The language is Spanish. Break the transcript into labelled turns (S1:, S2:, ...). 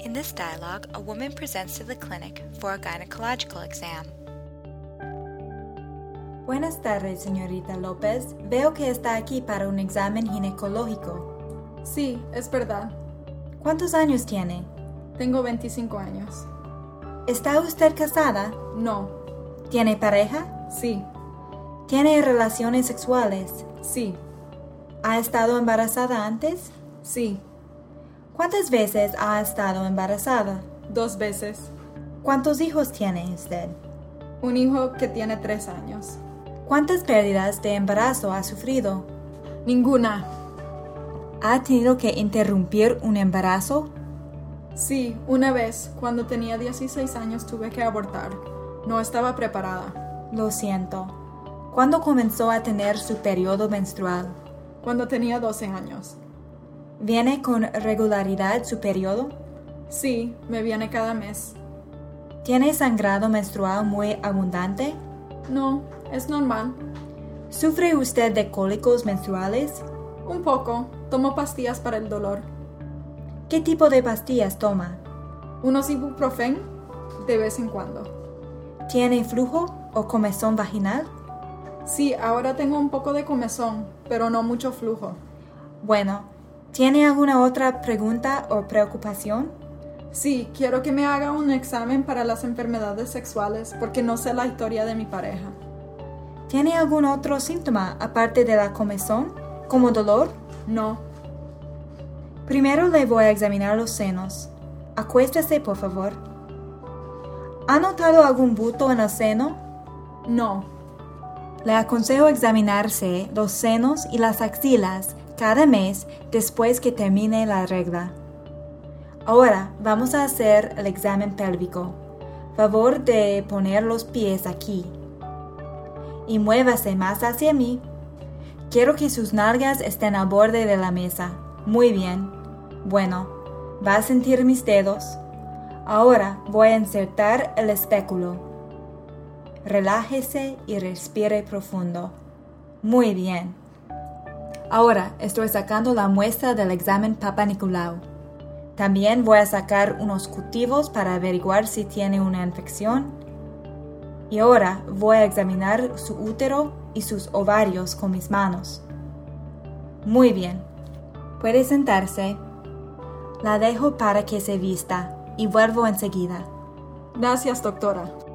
S1: In this dialogue, a woman presents to the clinic for a gynecological exam.
S2: Buenas tardes, señorita López. Veo que está aquí para un examen ginecológico.
S3: Sí, es verdad.
S2: ¿Cuántos años tiene?
S3: Tengo 25 años.
S2: ¿Está usted casada?
S3: No.
S2: ¿Tiene pareja?
S3: Sí.
S2: ¿Tiene relaciones sexuales?
S3: Sí.
S2: ¿Ha estado embarazada antes?
S3: Sí.
S2: ¿Cuántas veces ha estado embarazada?
S3: Dos veces.
S2: ¿Cuántos hijos tiene usted?
S3: Un hijo que tiene tres años.
S2: ¿Cuántas pérdidas de embarazo ha sufrido?
S3: Ninguna.
S2: ¿Ha tenido que interrumpir un embarazo?
S3: Sí, una vez, cuando tenía 16 años, tuve que abortar. No estaba preparada.
S2: Lo siento. ¿Cuándo comenzó a tener su periodo menstrual?
S3: Cuando tenía 12 años.
S2: ¿Viene con regularidad su periodo?
S3: Sí, me viene cada mes.
S2: ¿Tiene sangrado menstrual muy abundante?
S3: No, es normal.
S2: ¿Sufre usted de cólicos menstruales?
S3: Un poco. Tomo pastillas para el dolor.
S2: ¿Qué tipo de pastillas toma?
S3: Unos ibuprofen de vez en cuando.
S2: ¿Tiene flujo o comezón vaginal?
S3: Sí, ahora tengo un poco de comezón, pero no mucho flujo.
S2: Bueno, ¿tiene alguna otra pregunta o preocupación?
S3: Sí, quiero que me haga un examen para las enfermedades sexuales porque no sé la historia de mi pareja.
S2: ¿Tiene algún otro síntoma aparte de la comezón, como dolor?
S3: No.
S2: Primero le voy a examinar los senos. Acuéstese, por favor. ¿Ha notado algún bulto en el seno?
S3: No.
S2: Le aconsejo examinarse los senos y las axilas cada mes después que termine la regla. Ahora vamos a hacer el examen pélvico. Favor de poner los pies aquí. Y muévase más hacia mí. Quiero que sus nalgas estén al borde de la mesa. Muy bien. Bueno, va a sentir mis dedos. Ahora voy a insertar el espéculo. Relájese y respire profundo. Muy bien. Ahora estoy sacando la muestra del examen Papa Nicolau. También voy a sacar unos cultivos para averiguar si tiene una infección. Y ahora voy a examinar su útero y sus ovarios con mis manos. Muy bien. Puede sentarse. La dejo para que se vista y vuelvo enseguida.
S3: Gracias, doctora.